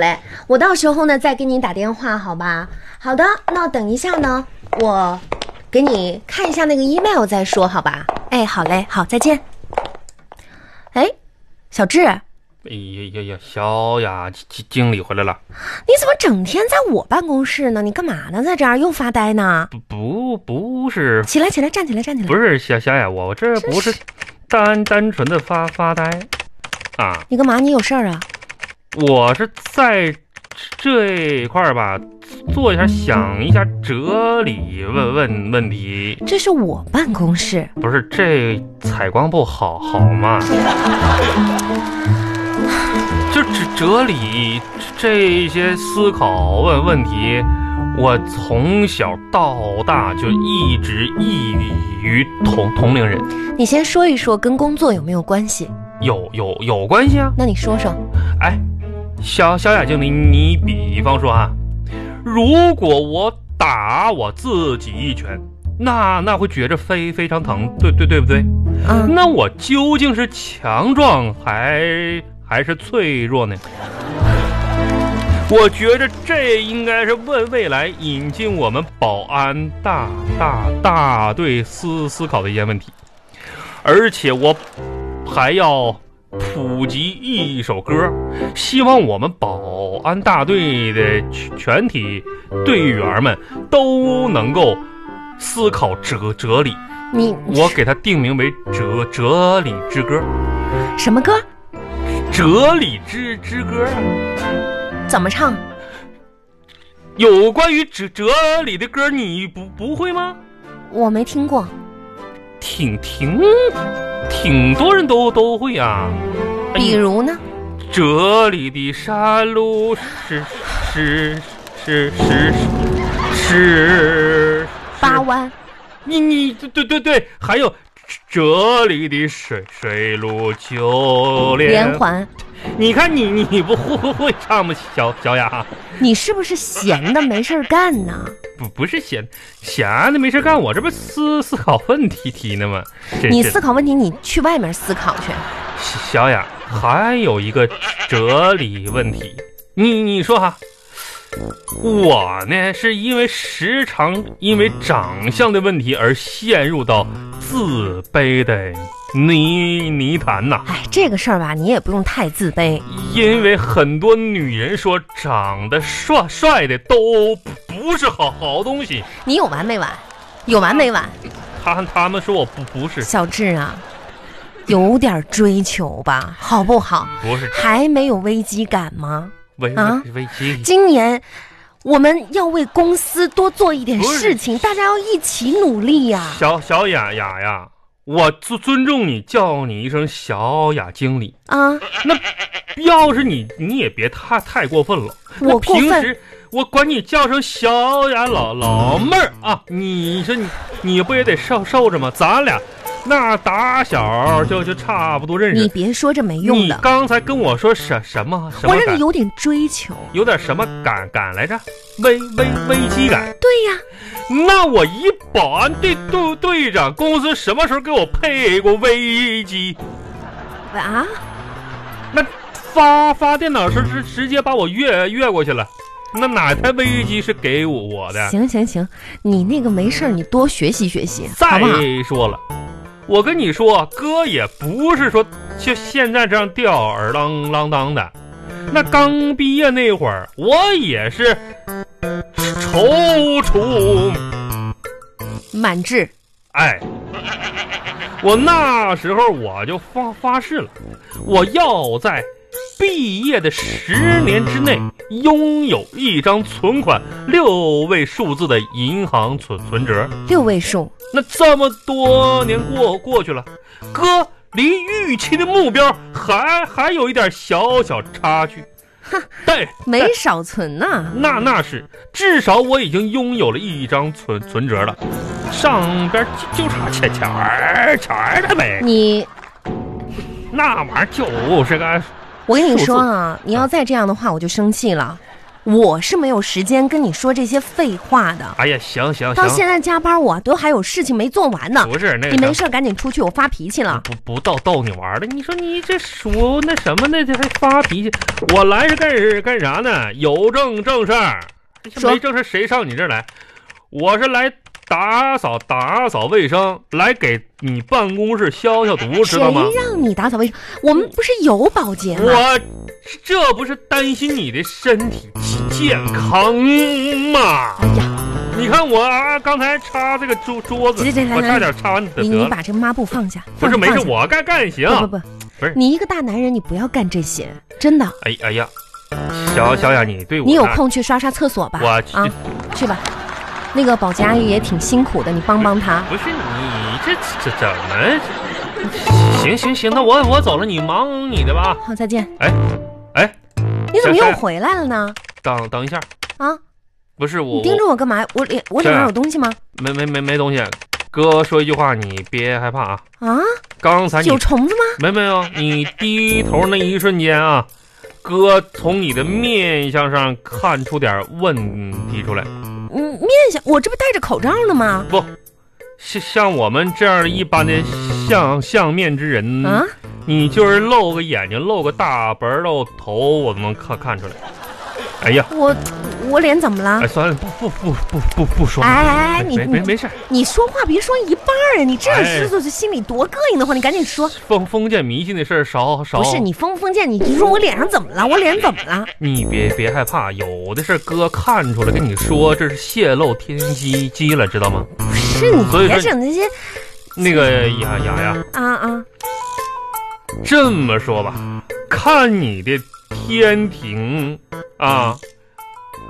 哎我到时候呢再给你打电话，好吧？好的，那等一下呢，我给你看一下那个 email 再说，好吧？哎，好嘞，好，再见。哎，小智，哎呀呀呀，小雅经经理回来了，你怎么整天在我办公室呢？你干嘛呢？在这儿又发呆呢？不不 不是起来，起来，站起来，站起来！不是小小雅，我我这不是单单纯的发发呆啊，你干嘛？你有事儿啊？我是在这块儿吧，做一下想一下哲理问问问题，这是我办公室，不是这采光不好好吗？ 就哲哲理这些思考问问题，我从小到大就一直异于同同龄人，你先说一说跟工作有没有关系？有有有关系啊。那你说说，哎，小小雅经理，你比方说啊，如果我打我自己一拳，那那会觉着非非常疼，对对对不对？嗯，那我究竟是强壮还还是脆弱呢？我觉着这应该是为未来引进我们保安大大大队思思考的一件问题，而且我还要普及一首歌，希望我们保安大队的全体队员们都能够思考哲哲理。你我给它定名为哲哲理之歌，什么歌？哲理之之歌啊，怎么唱？有关于哲哲理的歌，你不不会吗？我没听过。挺挺挺多人都都会啊，哎比如呢？这里的山路是是是是是是八弯。你你对对对对，还有这里的水水路九连连。环，你看你你不会会唱吗？小小雅，你是不是闲的没事儿干呢？不不是闲闲啊的没事干，我这不思思考问题题呢吗？真你是思考问题，你去外面思考去。小雅，还有一个哲理问题，你你说哈，我呢是因为时常因为长相的问题而陷入到自卑的泥泥潭呐、哎，这个事儿吧，你也不用太自卑。因为很多女人说长得帅帅的都不是好好东西，你有完没完？有完没完？她她们说我不不是小智啊，有点追求吧，好不好？不是还没有危机感吗？危啊危机。今年我们要为公司多做一点不是事情，大家要一起努力呀、小小雅雅呀，我尊尊重你，叫你一声小雅经理。啊！要是你，你也别太太过分了。我那过平分时我管你叫声小雅老老妹儿啊，你说你你不也得受受着吗？咱俩那打小就就差不多认你识。别说这没用你的，刚才跟我说什什么什我么让感你？有点追求。有点什么感感来着？危危危机感。对呀、那我一保安队队队长，公司什么时候给我配过危机？啊，那发发电脑时直直接把我越越过去了，那哪台危机是给我我的？行行行，你那个没事儿，你多学习学习，好再不好？说了，我跟你说，哥也不是说就现在这样吊儿郎郎当的。那刚毕业那会儿，我也是踌躇满志，哎，我那时候我就发发誓了，我要在毕业的十年之内拥有一张存款六位数字的银行存存折。六位数，那这么多年过过去了，哥离预期的目标还还有一点小小差距。但没但少存呐、那那是，至少我已经拥有了一张存存折了，上边就就差钱钱儿钱儿了呗。你，那玩意儿就是个我跟你数字说啊，你要再这样的话，我就生气了。我是没有时间跟你说这些废话的。哎呀，行行到行，现在加班，我都还有事情没做完呢。不是那个你啥没事儿赶紧出去，我发脾气了。不不到逗你玩儿的，你说你这说那什么呢？这还发脾气，我来是干是干啥呢？有正正事儿，这说没正事儿谁上你这儿来？我是来打扫打扫卫生，来给你办公室消消毒，知谁道吗？让你打扫卫生？我们不是有保洁吗？我这不是担心你的身体健康吗？哎呀，你看我啊，刚才擦这个桌桌子行行，行我差点擦完你的你得你了。把这抹布放下，不是放没事，放下我干干行。不不不，不是你一个大男人，你不要干这些，真的。哎哎呀，小小雅，你对我你有那空去刷刷厕所吧，我去啊，去吧。那个保洁阿姨也挺辛苦的，你帮帮她。不是你这这怎么？行行行，那我我走了，你忙你的吧。好，再见。哎哎，你怎么小又夏回来了呢？等等一下，啊，不是你我，盯着我干嘛？我脸我脸是啊上有东西吗？我没没没没东西。哥说一句话，你别害怕啊。啊，刚才你有虫子吗？没没有，你低头那一瞬间啊，哥从你的面相上看出点问题出来。嗯，面相，我这不戴着口罩呢吗？不，像像我们这样一般的相相面之人，啊，你就是露个眼睛，露个大白露头，我都能看看出来。哎呀，我我脸怎么了哎，？算了，不不不不不不说哎了。哎啊哎，没你没没你没事儿，你说话别说一半儿啊！你这样哎是就是心里多膈应的慌，你赶紧说。封封建迷信的事儿少少。不是你封不封建？你你说我脸上怎么了？我脸怎么了？你别别害怕，有的事儿哥看出来，跟你说这是泄露天机机了，知道吗？不是你所以别说整那些那个雅雅呀，啊啊！这么说吧，看你的天庭啊，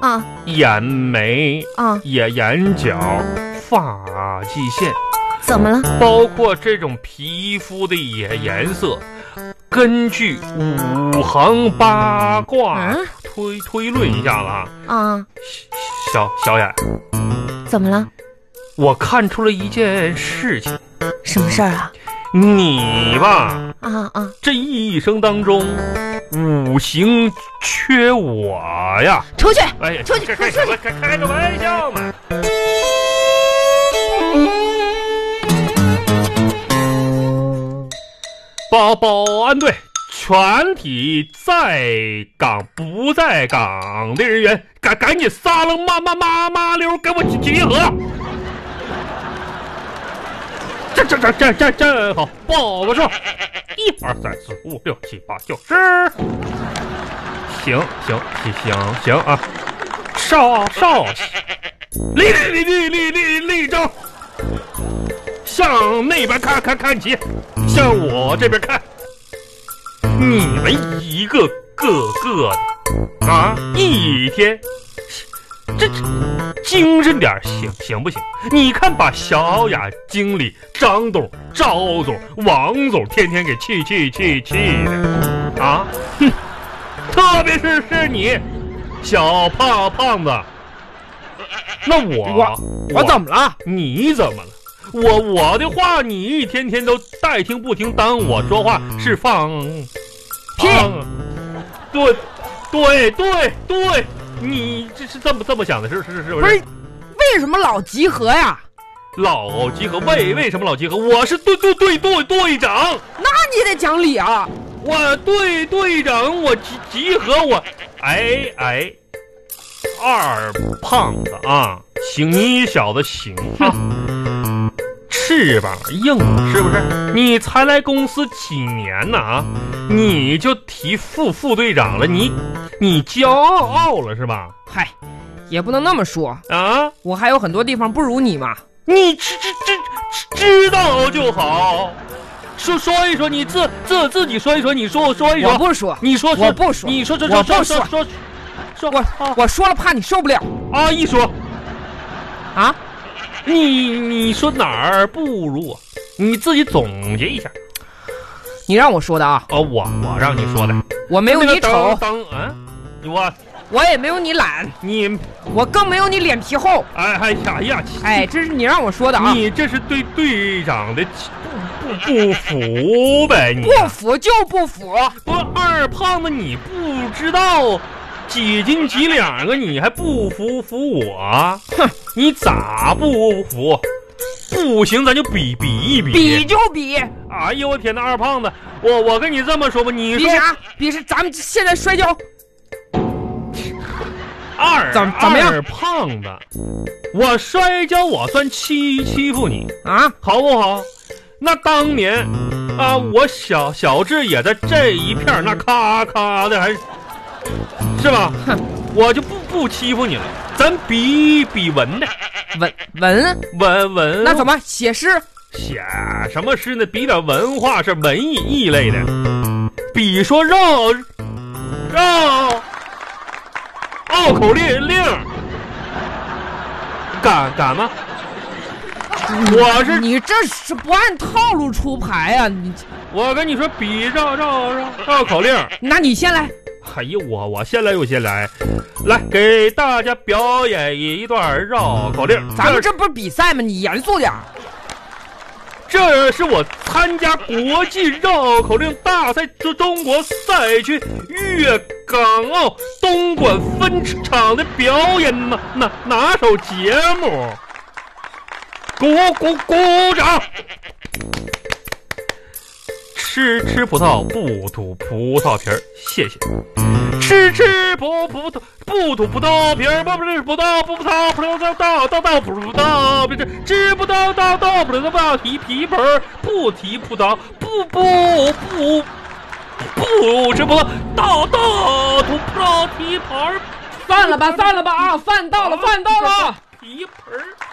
啊眼眉、啊，眼眼角、发际线，怎么了？包括这种皮肤的颜颜色，根据五行八卦啊推推论一下子啊，啊，小小雅，怎么了？我看出了一件事情，什么事儿啊？你吧，啊啊！这一生当中，五行缺我呀。出去！哎呀，出去这干什么？开开个玩笑嘛！保保安队全体在岗不在岗的人员，赶赶紧撒楞妈妈妈妈溜，给我集合！这这这这这这好，报个数，一二三四五六七八九十，行行行行行啊！少少立立立立立立立正，向那边看看看齐，向我这边看。你们一个个个的啊，一天，这这精神点儿行行不行？你看把小雅经理、张总、赵总、王总天天给气气气气的啊！哼，特别是是你，小胖胖子，那我我我怎么了？你怎么了？我我的话你一天天都代听不听，当我说话是放屁放对对对对，你这是这么这么想的，是是是是不不是，为什么老集合呀？老集合为为什么老集合？我是队队队队队长，那你得讲理啊！我队队长，我集集合我，哎哎，二胖子啊，行，你小子行啊，翅膀硬是不是？你才来公司几年呢啊，你就提副副队长了，你你骄傲了是吧？嗨，也不能那么说，啊，我还有很多地方不如你嘛。你知知知知道就好，说说一说，你自自自己说一说，你说我说一说，我不说，你说我不说你说说说我说不说说说说我我说了怕你受不了阿姨说，啊！你你说哪儿不如我？你自己总结一下你让我说的啊，哦，我我让你说的，我没有那哎你个当丑，当啊，我我也没有你懒，你我更没有你脸皮厚。哎哎呀呀， 哎，这是你让我说的啊，你这是对队长的不不不服呗你。啊不服就不服。不是二胖子，你不知道几斤几两啊你还不服服我？啊哼，你咋不服？不行，咱就比比一比。比就比，哎呦我天呐，二胖子，我我跟你这么说吧，你比说啥？比是咱们现在摔跤，二怎么怎么样二胖子，我摔跤我算欺欺负你，啊，好不好？那当年啊，我小小智也在这一片儿那咔咔的还，是吧？哼我就不不欺负你了，咱比比文的文文，文文，那怎么哎写诗？写什么诗呢？比点文化是文艺一类的，比说绕绕拗口令令，敢敢吗？我是你这是不按套路出牌啊！你，我跟你说，比绕绕绕绕口令。那你先来，哎呀，我我先来，我先来，来给大家表演一段绕口令。咱们这不是比赛吗？你严肃点儿。这是我参加国际绕口令大赛中中国赛区粤港澳东莞分场的表演拿拿拿手节目，鼓鼓鼓掌！吃吃葡萄不吐葡萄皮儿，谢谢。吃吃葡葡萄不吐葡萄皮儿，不不是葡萄不葡萄葡萄到到到葡萄，不是吃葡萄到到葡萄到提皮盆儿，不提葡萄不不不不吃葡萄到到吐葡萄提盆儿，啊散了吧，散了吧啊！饭到了，饭到了。提盆儿。